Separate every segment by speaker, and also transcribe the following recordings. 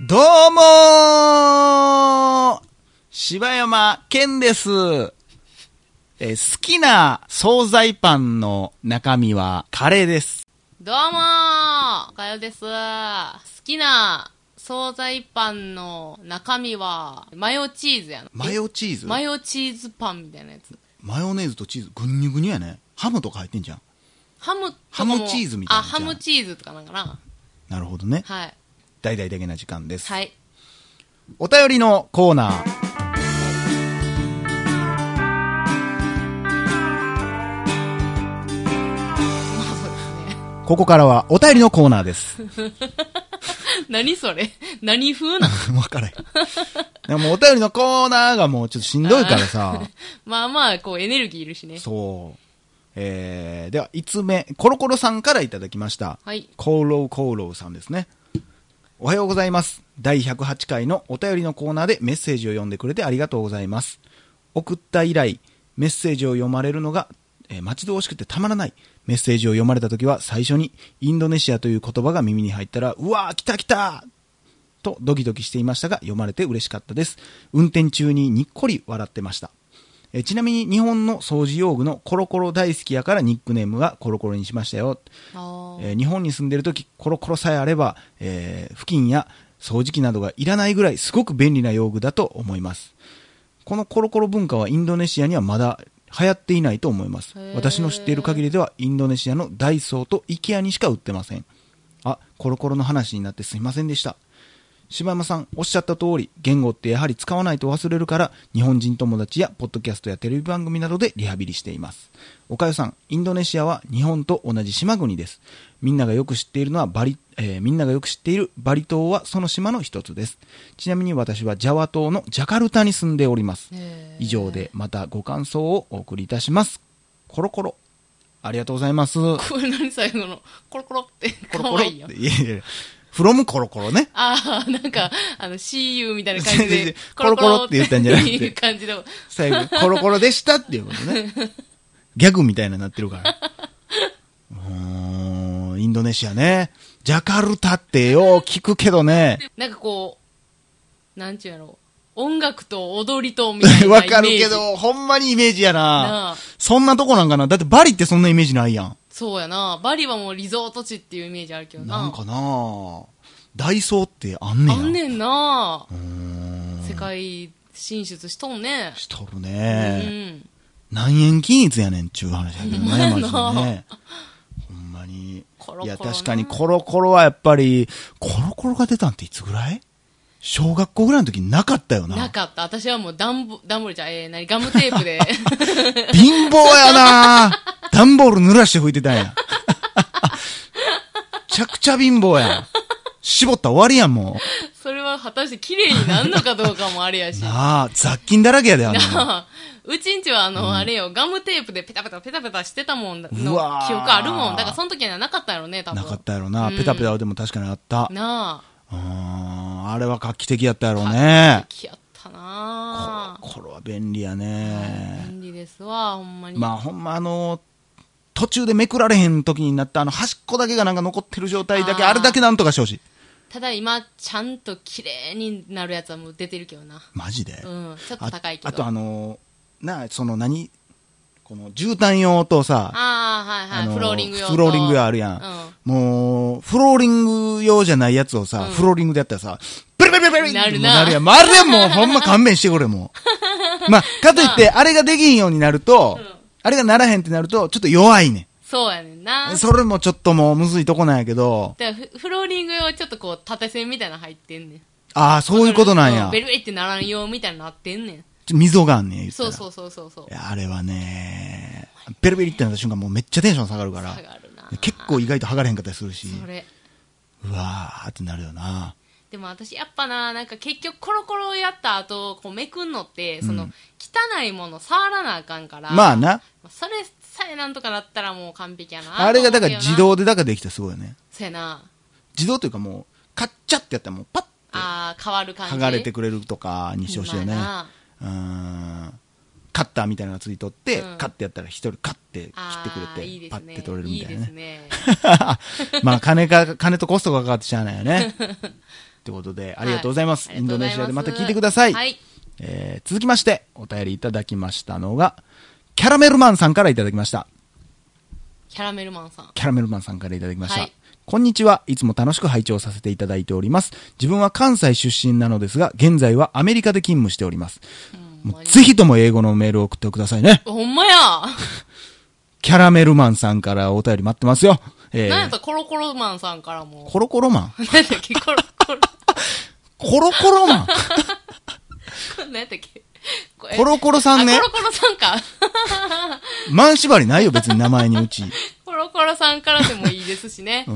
Speaker 1: どうもー柴山健です。えー好きな惣菜パンの中身はカレーです。
Speaker 2: どうもーおかよです。好きな惣菜パンの中身は、マヨチーズやの。
Speaker 1: マヨチーズ
Speaker 2: マ
Speaker 1: マヨ
Speaker 2: ヨチーズパンみたいなやつ。
Speaker 1: ネーズとチーズ、ぐにゅぐにゅやね。ハムとか入ってんじゃん。
Speaker 2: ハムと
Speaker 1: ハ
Speaker 2: かも
Speaker 1: ムチーズみたいな
Speaker 2: あ、ハムチーズとかなんかな。
Speaker 1: なるほどね。
Speaker 2: はい。
Speaker 1: 大々的な時間です。
Speaker 2: はい。
Speaker 1: お便りのコーナー。
Speaker 2: まあそうですね。
Speaker 1: ここからはお便りのコーナー です。
Speaker 2: 何それ何風な
Speaker 1: わからへん。でももうお便りのコーナーがもうちょっとしんどいからさ。
Speaker 2: まあまあ、こうエネルギーいるしね。
Speaker 1: そう。えー、では、5つ目、コロコロさんからいただきました。
Speaker 2: はい。
Speaker 1: コーローコーローさんですね。おはようございます。第108回のお便りのコーナーでメッセージを読んでくれてありがとうございます。送った以来、メッセージを読まれるのが、えー待ち遠しくてたまらない。メッセージを読まれた時は最初にインドネシアという言葉が耳に入ったら、うわー来た来たとドキドキしていましたが読まれて嬉しかったです。運転中ににっこり笑ってました。えちなみに日本の掃除用具のコロコロ大好きやからニックネームはコロコロにしましたよ。
Speaker 2: あー
Speaker 1: えー日本に住んでる時コロコロさえあれば、えー付近や掃除機などがいらないぐらいすごく便利な用具だと思いますこのコロコロ文化はインドネシアにはまだ流行っていないと思います
Speaker 2: へー
Speaker 1: 私の知っている限りではインドネシアのダイソーとイケアにしか売ってませんあコロコロの話になってすいませんでした柴山さんおっしゃった通り言語ってやはり使わないと忘れるから日本人友達やポッドキャストやテレビ番組などでリハビリしていますおかよさんインドネシアは日本と同じ島国ですみんながよく知っているのはバリ、えーみんながよく知っているバリ島はその島の一つですちなみに私はジャワ島のジャカルタに住んでおります
Speaker 2: へー
Speaker 1: 以上でまたご感想をお送りいたしますコロコロありがとうございますコ
Speaker 2: これ何最後の、コロコロって、
Speaker 1: ロ
Speaker 2: か
Speaker 1: コ
Speaker 2: わ
Speaker 1: ロ
Speaker 2: いいよ
Speaker 1: って。いやいやフロムコロコロね
Speaker 2: ああ、なんか、あの、CU みたいな感じ
Speaker 1: 全然
Speaker 2: で、
Speaker 1: コロコロって言ったんじゃなくて
Speaker 2: いう感じで、
Speaker 1: 最後、コロコロでしたっていうことね。ギャグみたいなのになってるから。うーん、インドネシアね。ジャカルタってよう聞くけどね。
Speaker 2: なんかこう、なんちゅうやろう、音楽と踊りとみたいなイメ ー
Speaker 1: わ
Speaker 2: ジ。
Speaker 1: かるけど、ほんまにイメージや
Speaker 2: な
Speaker 1: な
Speaker 2: あ。
Speaker 1: そんなとこなんかな。だってバリってそんなイメージないやん。
Speaker 2: そうやな。バリはもうリゾート地っていうイメージあるけどな。
Speaker 1: なんかなダイソーってあんね
Speaker 2: あ
Speaker 1: や。
Speaker 2: んねんな。
Speaker 1: うーん。
Speaker 2: 世界進出しとんね。
Speaker 1: しとる
Speaker 2: う
Speaker 1: ね。
Speaker 2: ん。
Speaker 1: 何円均一やねんっちゅう話やけど
Speaker 2: ほんまや
Speaker 1: ね、
Speaker 2: な
Speaker 1: マジで ね。ほんまに。
Speaker 2: コロコロ
Speaker 1: い
Speaker 2: な
Speaker 1: や、確かにコロコロはやっぱり、コロコロが出たんっていつぐらい小学校ぐらいの時なかったよな。
Speaker 2: なかった。私はもうダンボ、ダンボールじゃん、えー、なに、ガムテー プで。
Speaker 1: 貧乏やな段ボール濡らして拭いてたんや。 めちゃくちゃ貧乏や。絞ったら終わりやん、も
Speaker 2: それは果たして綺麗になるのかどうかもあれや
Speaker 1: う。
Speaker 2: し。
Speaker 1: なあ、雑菌だらけやで、あんなの
Speaker 2: なあ うちんちはあの、あれよ、ガムテープでペタペタペタペタしてたもんだの記
Speaker 1: う
Speaker 2: 憶
Speaker 1: わー
Speaker 2: あるもん。だからその時にはなかったやろね、多分。
Speaker 1: なかったやろな。
Speaker 2: うん
Speaker 1: ペタペタでも確かにあった。
Speaker 2: な
Speaker 1: う
Speaker 2: あ。
Speaker 1: ーん、あれは画期的やったやろうね。
Speaker 2: きやったなあ
Speaker 1: コロコロは便利やね。
Speaker 2: 便利ですわ、ほんまに。
Speaker 1: まあほんまあの、途中でめくられへん時になったあの端っこだけがなんか残ってる状態だけ、
Speaker 2: あ
Speaker 1: あ
Speaker 2: ー
Speaker 1: れだけなんとかしてほしい。
Speaker 2: ただ今、ちゃんと綺麗になるやつはもう出てるけどな。
Speaker 1: マジで。
Speaker 2: うん、ちょっと
Speaker 1: あ
Speaker 2: 高いけど。
Speaker 1: あとあの、なあ、その何、この絨毯用とさ、
Speaker 2: あーはいはい、
Speaker 1: あの
Speaker 2: フローリング用と
Speaker 1: フローリング用あるやんもう、フローリング用じゃないやつをさ、
Speaker 2: うん
Speaker 1: フローリングでやったらさ、ペリペリペリペリ
Speaker 2: なるな
Speaker 1: もうるやん。まあ、あれもうほんま勘弁してくれ、もう。まあ、かといって、あれができんようになると、あれがならへんってなると、ちょっと弱いね
Speaker 2: そうやねんな。
Speaker 1: ん。それもちょっともうむずいとこなんやけど、
Speaker 2: だからフフローリング用はちょっとこう、縦線みたいなの入ってんねん。
Speaker 1: ああ、そういうことなんや。
Speaker 2: ベルベリってならんようみたいになってんねん。
Speaker 1: ちょ溝があんねん、言った
Speaker 2: そ
Speaker 1: ら。
Speaker 2: うそうそうそうそう
Speaker 1: い。やあれはね、ベルベリってなった瞬間もうめっちゃテンション下がるから。
Speaker 2: 下がるな
Speaker 1: 結構意外と剥がれへんかったりするし、
Speaker 2: それ。
Speaker 1: うわーってなるよな。
Speaker 2: でも私やっぱな、なんか結局コロコロやった後、こうめくんのって、その、
Speaker 1: うん
Speaker 2: 汚いもの触らなあかんから。
Speaker 1: まあな。
Speaker 2: それさえなんとかなったらもう完璧やな。
Speaker 1: あれがだから自
Speaker 2: と思う
Speaker 1: 動で
Speaker 2: けどな。
Speaker 1: だからできたらすごいよね。
Speaker 2: そうやな。
Speaker 1: 自動というかもう、カッチャってやったらもうパッて
Speaker 2: ああ、変わる感じ。
Speaker 1: 剥がれてくれるとかにしてほしいよね。
Speaker 2: う
Speaker 1: う
Speaker 2: まいな
Speaker 1: ーん。カッターみたいなのがついとって、
Speaker 2: うん
Speaker 1: カッてやったら一人カッて切ってくれ
Speaker 2: あー
Speaker 1: て、
Speaker 2: いいです
Speaker 1: パ
Speaker 2: ね
Speaker 1: ッて取れるみたいなね。
Speaker 2: いいです ね。
Speaker 1: まあ、金か、金とコストがかかってしゃあないよ ね。ってことで、ありがとうございます。
Speaker 2: は
Speaker 1: インドネシアでまた聞いてくだ
Speaker 2: あ
Speaker 1: さ
Speaker 2: り
Speaker 1: い。
Speaker 2: がとうございます
Speaker 1: えー続きまして、お便りいただきましたのが、キャラメルマンさんからいただきました。
Speaker 2: はい。キャラメルマンさん。
Speaker 1: キャラメルマンさんからいただきました。
Speaker 2: はい
Speaker 1: こんにちは。いつも楽しく拝聴させていただいております。自分は関西出身なのですが、現在はアメリカで勤務しております。
Speaker 2: うん
Speaker 1: もうぜひとも英語のメールを送ってくださいね。
Speaker 2: ほんまや。
Speaker 1: キャラメルマンさんからお便り待ってますよ。え
Speaker 2: なんやっ
Speaker 1: ー、
Speaker 2: たらコロコロマンさんからも。
Speaker 1: コロコロマン
Speaker 2: 何やったっけコロコロ。
Speaker 1: コロコロ マン
Speaker 2: 何やったっけこ
Speaker 1: コロコロさん
Speaker 2: あ
Speaker 1: ね
Speaker 2: コロ。コロさんか。
Speaker 1: マン縛りないよ、別に名前にうち。
Speaker 2: コロコロさんからでもいいですしね
Speaker 1: う。ー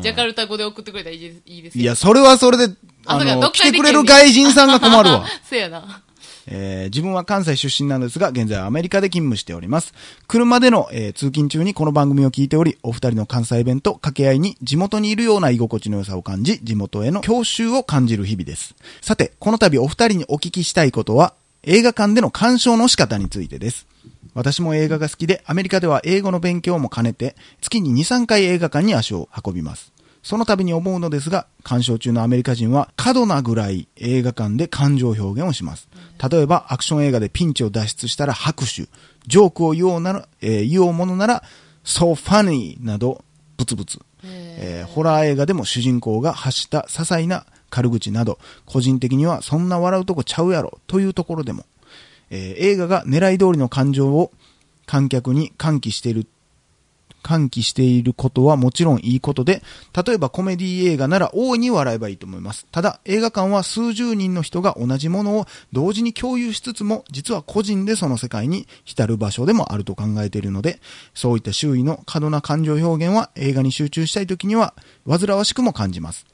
Speaker 1: ん。
Speaker 2: ジャカルタ語で送ってくれたらいいですいいですよ
Speaker 1: いや、それはそれで、
Speaker 2: あ
Speaker 1: あ
Speaker 2: そうかどっ
Speaker 1: の、
Speaker 2: か
Speaker 1: 来
Speaker 2: で
Speaker 1: てくれる外人さんが困るわ。
Speaker 2: せやな。
Speaker 1: えー自分は関西出身なんですが、現在はアメリカで勤務しております。車での、えー通勤中にこの番組を聞いており、お二人の関西弁と掛け合いに地元にいるような居心地の良さを感じ、地元への郷愁を感じる日々です。さて、この度お二人にお聞きしたいことは、映画館での鑑賞の仕方についてです。私も映画が好きで、アメリカでは英語の勉強も兼ねて、月に2、3回映画館に足を運びます。その度に思うのですが、鑑賞中のアメリカ人は過度なぐらい映画館で感情表現をします。例えば、アクション映画でピンチを脱出したら拍手、ジョークを言おうなら、えー言おうものなら、so funny など、ブツブツ。えーホラー映画でも主人公が発した些細な軽口など、個人的にはそんな笑うとこちゃうやろというところでも、えー映画が狙い通りの感情を観客に喚起している歓喜していることはもちろんいいことで、例えばコメディ映画なら大いに笑えばいいと思います。ただ、映画館は数十人の人が同じものを同時に共有しつつも、実は個人でその世界に浸る場所でもあると考えているので、そういった周囲の過度な感情表現は映画に集中したい時には煩わしくも感じます。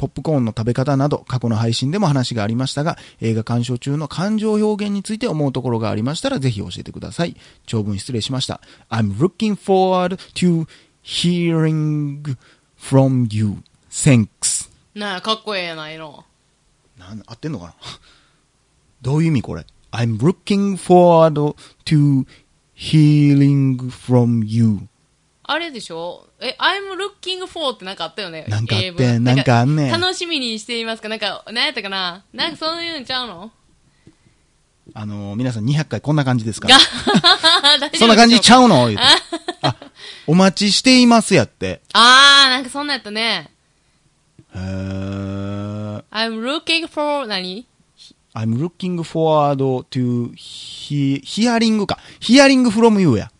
Speaker 1: ポップコーンの食べ方など過去の配信でも話がありましたが、映画鑑賞中の感情表現について思うところがありましたらぜひ教えてください。長文失礼しました。I'm looking forward to hearing from you. Thanks.
Speaker 2: なあ、かっこええやないの。
Speaker 1: なん、合ってんのかなどういう意味これ ?I'm looking forward to hearing from you.
Speaker 2: あれでしょえ、I'm looking for ってなんかあったよね
Speaker 1: なんかあって
Speaker 2: 英文
Speaker 1: なんかあんねん
Speaker 2: 楽しみにしていますかなんか、なんやったかななんかそういうのちゃうの
Speaker 1: あのー皆さん200回こんな感じですか
Speaker 2: が
Speaker 1: ら。、そんな感じち
Speaker 2: ゃ
Speaker 1: ゃうの言うてあ、お待ちしていますやって。
Speaker 2: あー、なんかそんなんやったね。
Speaker 1: へー
Speaker 2: I'm looking for 何
Speaker 1: I'm looking forward to he, hearing か。hearing from you や。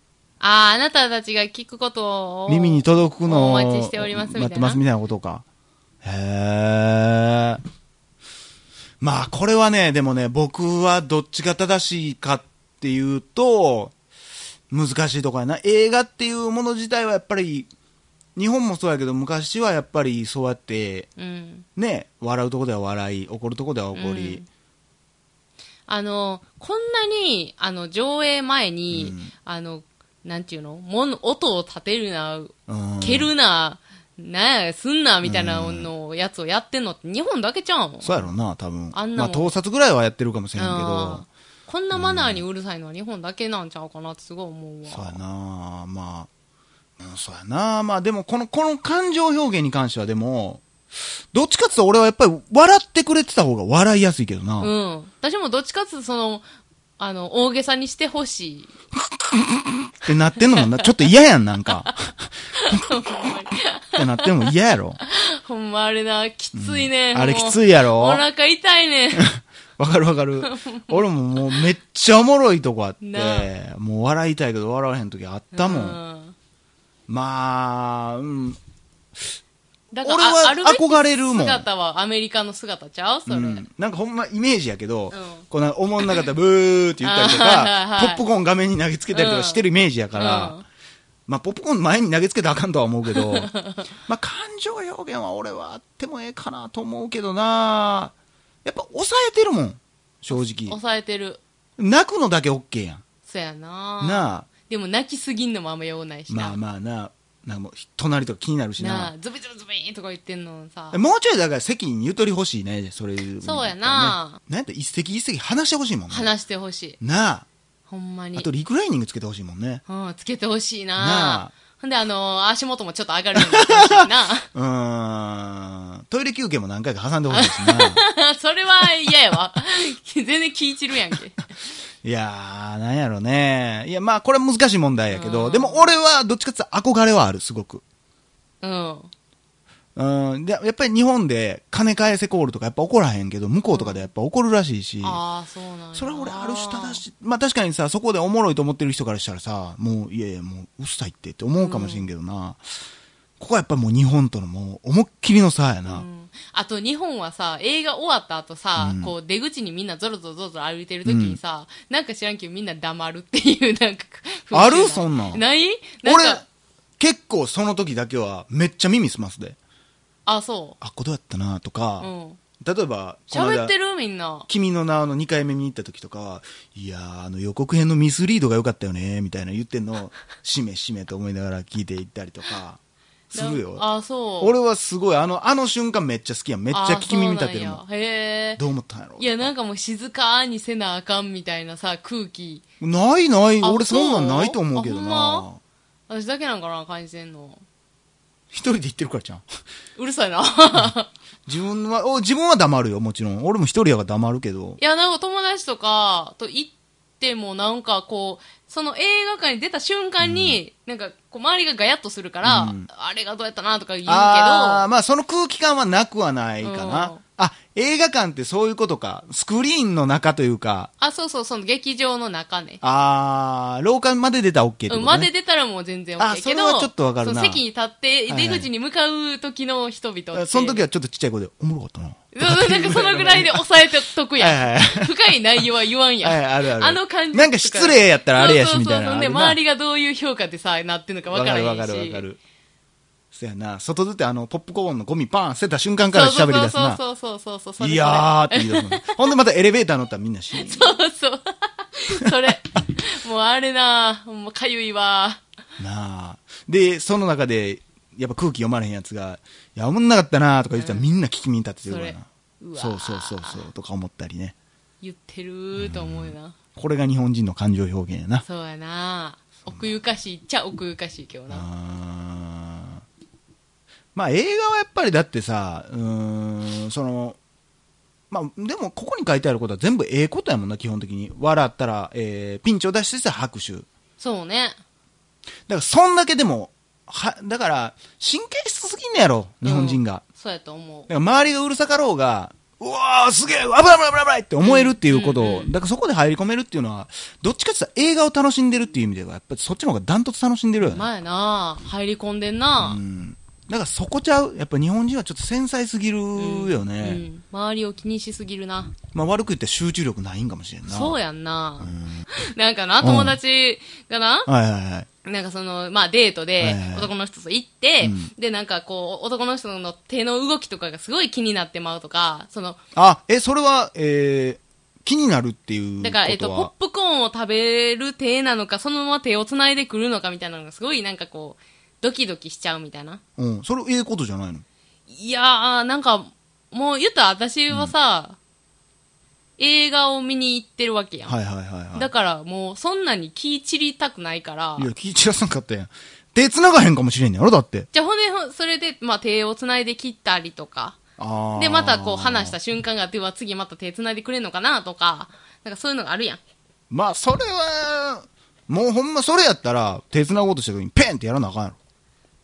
Speaker 2: あー、あなたたちが聞くことを。
Speaker 1: 耳に届くのを
Speaker 2: お待ちしておりますみたいな
Speaker 1: 待ってますみたいなことか。へーまあこれはね、でもね、僕はどっちが正しいかっていうと、難しいとこやな。映画っていうもの自体はやっぱり、日本もそうやけど昔はやっぱりそうやって、
Speaker 2: うん。
Speaker 1: ね、笑うとこでは笑い、怒るとこでは怒り。
Speaker 2: うんあの、こんなに、あの、上映前に、あの、なんていうのもん音を立てるな、
Speaker 1: うん
Speaker 2: 蹴るな、なんや、すんな、みたいなのやつをやってんのって日本だけちゃうもん。
Speaker 1: そうやろな、多分。
Speaker 2: あん
Speaker 1: ま
Speaker 2: な
Speaker 1: あ、
Speaker 2: もん
Speaker 1: 盗撮ぐらいはやってるかもしれんけ
Speaker 2: あ
Speaker 1: ど
Speaker 2: ー。こんなマナーにうるさいのは日本だけなんちゃうかなってすごい思うわ。
Speaker 1: そうやな、まあ、うん、そうやな、まあでも、この、この感情表現に関してはでも、どっちかっていうと俺はやっぱり笑ってくれてた方が笑いやすいけどな。
Speaker 2: うん。私もどっちかっていうとその、あの、大げさにしてほしい。
Speaker 1: ってなってんのもな、ちょっと嫌やん、なん か。
Speaker 2: ほんまに
Speaker 1: ってなってんのも嫌やろ。
Speaker 2: ほんまあれな、きついね。
Speaker 1: あれき
Speaker 2: い。
Speaker 1: ついやろ。
Speaker 2: お
Speaker 1: わ
Speaker 2: 腹痛 いね。
Speaker 1: かるわかる。俺ももうめっちゃおもろいとこあっ
Speaker 2: な
Speaker 1: て、もう笑いたいけど笑われへん時あったもん。
Speaker 2: うん。
Speaker 1: まあ、うん、
Speaker 2: だから
Speaker 1: 俺は
Speaker 2: ああるべき
Speaker 1: 憧れるもん
Speaker 2: 姿はアメリカの姿ちゃうそれ。
Speaker 1: うん、なんかほんまイメージやけど、
Speaker 2: うん
Speaker 1: このおもんなかったらブーって言ったりと
Speaker 2: あーはいは
Speaker 1: か
Speaker 2: い、
Speaker 1: ポップコーン画面に投げつけたりとかしてるイメージやから、
Speaker 2: うん
Speaker 1: まあポップコーン前に投げつけたらあかんとは思うけど、 まあ感情表現は俺はあってもええかなと思うけどな、やっぱ抑えてるもん、正直。
Speaker 2: 抑えてる。
Speaker 1: 泣くのだけ OK やん。
Speaker 2: そやな
Speaker 1: なあ、
Speaker 2: でも泣きすぎんのもあんまようないしな。
Speaker 1: まあまあな、なんかもう隣とか気になるし
Speaker 2: なあ
Speaker 1: な。
Speaker 2: ズビズビズビーンとか言ってんのさ。
Speaker 1: もうちょいだから席にゆとり欲しいね、それ言んだったらね、
Speaker 2: そうやな
Speaker 1: なんやったら一席一席話してほしいもんね。
Speaker 2: 話してほしい。
Speaker 1: なあ。
Speaker 2: ほんまに。
Speaker 1: あとリクライニングつけてほしいもんね。
Speaker 2: うん、つけてほしいな
Speaker 1: なあ
Speaker 2: ほんで、あのー足元もちょっと上がるようになってほしいな。
Speaker 1: う ーん。トイレ休憩も何回か挟んでほしいし な。
Speaker 2: それは嫌やわ。 全然気い散るやんけ。
Speaker 1: いやー、なんやろね。いや、まあ、これは難しい問題やけ
Speaker 2: う
Speaker 1: ど、
Speaker 2: ん
Speaker 1: でも俺はどっちかっていうと憧れはある、すごく。
Speaker 2: うん。
Speaker 1: うん。で、やっぱり日本で金返せコールとかやっぱ怒らへんけど、向こうとかでやっぱ怒るらしいし。
Speaker 2: ああ、そうなんや。
Speaker 1: それは俺あるしただし、まあ確かにさ、そこでおもろいと思ってる人からしたらさ、もう、いやいや、もう、うっさいってって思うかもしれんけどな。ここはやっぱもう日本とのもう、思いっきりの差やな。
Speaker 2: うんあと日本はさ、映画終わった後さ、
Speaker 1: うん
Speaker 2: こう出口にみんなゾロゾロゾロゾロ歩いてる時にさ、なんか知らんけどみんな黙るっていう なんか風
Speaker 1: ある
Speaker 2: 習い
Speaker 1: そんなん
Speaker 2: ないなん
Speaker 1: 俺
Speaker 2: か、
Speaker 1: 結構その時だけはめっちゃ耳すますで。
Speaker 2: あ、そ
Speaker 1: あ、こどうやったなとか
Speaker 2: う。、うん。
Speaker 1: 例えば、この間
Speaker 2: 喋ってるみんな。
Speaker 1: 君の名の2回目見に行った時とかは、いやー、あの予告編のミスリードが良かったよね、みたいな言ってんの を、しめしめと思いながら聞いていったりとか、するよ。
Speaker 2: あ、そう。
Speaker 1: 俺はすごい、あの、あの瞬間めっちゃ好きやん。めっちゃ聞き耳立てるも
Speaker 2: あ
Speaker 1: ん。
Speaker 2: そうなんやへえ。
Speaker 1: どう思ったんやろ
Speaker 2: いや、なんかもう静かにせなあかんみたいなさ、空気。
Speaker 1: ないない、
Speaker 2: あ
Speaker 1: 俺そんなんないと思うけど
Speaker 2: そうあほん
Speaker 1: な。
Speaker 2: 私だけなんかな、感じてんの。
Speaker 1: 一人で行ってるからじゃん。
Speaker 2: うるさ いな。
Speaker 1: 自分は、お自分は黙るよ、もちろん。俺も一人やから黙るけど。
Speaker 2: いや、なんか友達とかと行ってもなんかこう、その映画館に出た瞬間に、なんかこう周りがガヤッとするから、
Speaker 1: うん
Speaker 2: あれがどうやったなとか言うけど、
Speaker 1: あーまあその空気感はなくはないかな。
Speaker 2: うん
Speaker 1: あ、映画館ってそういうことか。スクリーンの中というか、
Speaker 2: あ、そうそう、その劇場の中ね。
Speaker 1: あー、廊下まで出たら OK ってことね。
Speaker 2: うん、まで出たらもう全然 OK
Speaker 1: あ
Speaker 2: け
Speaker 1: そ
Speaker 2: ど、
Speaker 1: れはちょっとわかるな
Speaker 2: その席に立って
Speaker 1: いはい
Speaker 2: 出口に向かう時の人々って、
Speaker 1: その時はちょっとちっちゃい声で、おもろかったな。
Speaker 2: そうなんかそのぐらいで抑えておくやん。
Speaker 1: はいはいはい
Speaker 2: 深い内容は言わんやん。
Speaker 1: はいあるある
Speaker 2: の感じとか。
Speaker 1: なんか失礼やったらあれやし
Speaker 2: そうそう
Speaker 1: みた
Speaker 2: そう
Speaker 1: いな
Speaker 2: そうで、
Speaker 1: あるな
Speaker 2: 周りがどういう評価でさ、なってんのか分
Speaker 1: わ
Speaker 2: か
Speaker 1: から
Speaker 2: へ
Speaker 1: る
Speaker 2: んし。
Speaker 1: わかるわかる。そやな、外出てあの、ポップコーンのゴミパン捨てた瞬間から喋り出すな。
Speaker 2: そうそうそうそうそうそう。それ
Speaker 1: いやーって言い出す もんほんでまたエレベーター乗ったらみんな死ぬ。
Speaker 2: そうそう。 それ。もうあれなもうかゆいわ。
Speaker 1: なあ。で、その中で、やっぱ空気読まれへんやつが、いや、おもんなかったなとか言ってたら、みんな聞き耳立ててるからな。
Speaker 2: それうわー
Speaker 1: そうそうそうそう、とか思ったりね。
Speaker 2: 言ってるーと思うよな。
Speaker 1: これが日本人の感情表現やな。
Speaker 2: そうやな奥ゆかしいっちゃ奥ゆかしいけどな。
Speaker 1: あーまあ映画はやっぱりだってさ、うーん、その、まあでもここに書いてあることは全部ええことやもんな、基本的に。笑ったら、えーピンチを出してさ、拍手。
Speaker 2: そうね。
Speaker 1: だからそんだけでも、は、だから、神経質すぎんねやろ、日本人が。
Speaker 2: うんそうやと思
Speaker 1: だから周りがうるさかろうが、うわーすげえ危ない危ない危ない危ないって思えるっていうこと
Speaker 2: うん
Speaker 1: を、
Speaker 2: うん
Speaker 1: だからそこで入り込めるっていうのは、どっちかって言ったら映画を楽しんでるっていう意味では、やっぱりそっちの方がダントツ楽しんでるよ
Speaker 2: う。
Speaker 1: ね。
Speaker 2: まあやな入り込んでんな
Speaker 1: うん。だからそこちゃう。やっぱ日本人はちょっと繊細すぎるよね。
Speaker 2: うん、周りを気にしすぎるな
Speaker 1: まあ悪く言ったら集中力ないんかもしれんな。
Speaker 2: そう
Speaker 1: や。
Speaker 2: やんな、なんかな友達がな、
Speaker 1: はいはいはい。
Speaker 2: なんかその、まあデートで
Speaker 1: はいはい
Speaker 2: 男の人と行って、
Speaker 1: うん
Speaker 2: でなんかこう、男の人の手の動きとかがすごい気になってまうとか、その、
Speaker 1: あ、え、それは、えー、気になるっていうこ
Speaker 2: だ
Speaker 1: とは。
Speaker 2: から、えっと、ポップコーンを食べる手なのか、そのまま手を繋いでくるのかみたいなのがすごいなんかこう、ドキドキしちゃうみたいな。
Speaker 1: うん。それええことじゃないの
Speaker 2: いやー、なんか、もう言ったら私はさ、映画を見に行ってるわけやん。
Speaker 1: はいはいはいはい。
Speaker 2: だからもうそんなに気散りたくないから、
Speaker 1: いや、気散らさんかったやん。手繋がへんかもしれんねやろだって。
Speaker 2: じゃあほんでほん、それで、まあ手を繋いで切ったりとか、
Speaker 1: あー
Speaker 2: で、またこう話した瞬間があって、うわ、次また手繋いでくれんのかなとか、なんかそういうのがあるやん。
Speaker 1: まあ、それは、もうほんまそれやったら、手繋ごうとした時にペンってやらなあかんやろ。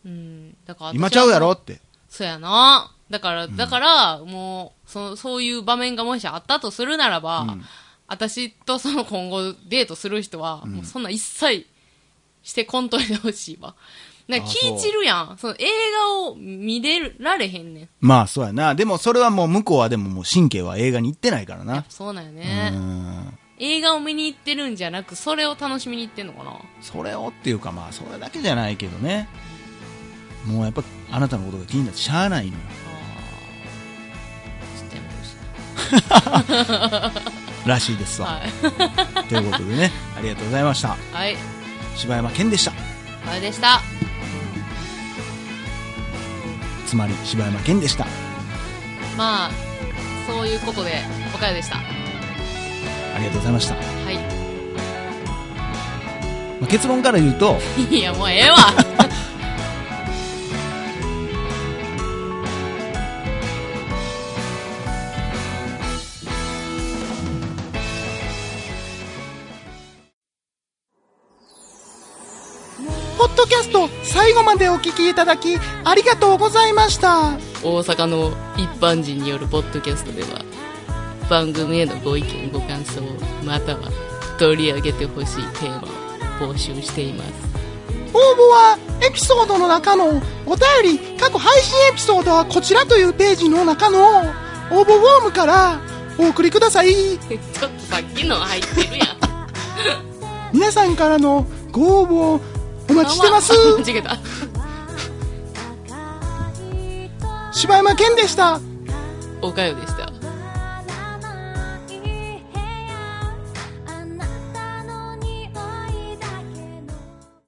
Speaker 2: うん。だから私は
Speaker 1: 今ちゃうやろって。
Speaker 2: そうやな。だから、だから、もう、そそういう場面がもしあったとするならば、私とその今後デートする人は、もうそんな一切してこんといてほしいわ。なんか
Speaker 1: あ
Speaker 2: 気散るやん。その映画を見れられへんねん。
Speaker 1: まあ、そうやな。でもそれはもう向こうはでももう神経は映画に行ってないからな。
Speaker 2: そうなんよ
Speaker 1: う
Speaker 2: ね。
Speaker 1: ん。
Speaker 2: 映画を見に行ってるんじゃなく、それを楽しみに行ってんのかな。
Speaker 1: それをっていうかまあ、それだけじゃないけどね。もうやっぱ、あなたのことが気になってしゃあないのよ。
Speaker 2: あーちょっとやめてほしい
Speaker 1: らしいですわ。
Speaker 2: は
Speaker 1: ということでね、ありがとうございました。
Speaker 2: い。はい。
Speaker 1: 柴山健でした。
Speaker 2: あれでした。
Speaker 1: つまり、柴山健でした。
Speaker 2: まあ、そういうことで、おかよでした。は
Speaker 1: ありがとうございました。ま
Speaker 2: い。
Speaker 1: あ、結論から言うと、
Speaker 2: いや、もうええわ。
Speaker 1: ポッドキャスト最後までお聞きいただきありがとうございました
Speaker 2: 大阪の一般人によるポッドキャストでは番組へのご意見ご感想または取り上げてほしいテーマを募集しています
Speaker 1: 応募はエピソードの中のお便り過去配信エピソードはこちらというページの中の応募フォームからお送りください
Speaker 2: ちょっとさっきの入ってるやん
Speaker 1: 皆さんからのご応募お待ちしてます
Speaker 2: 間違えた
Speaker 1: 柴山健でした
Speaker 2: おかよです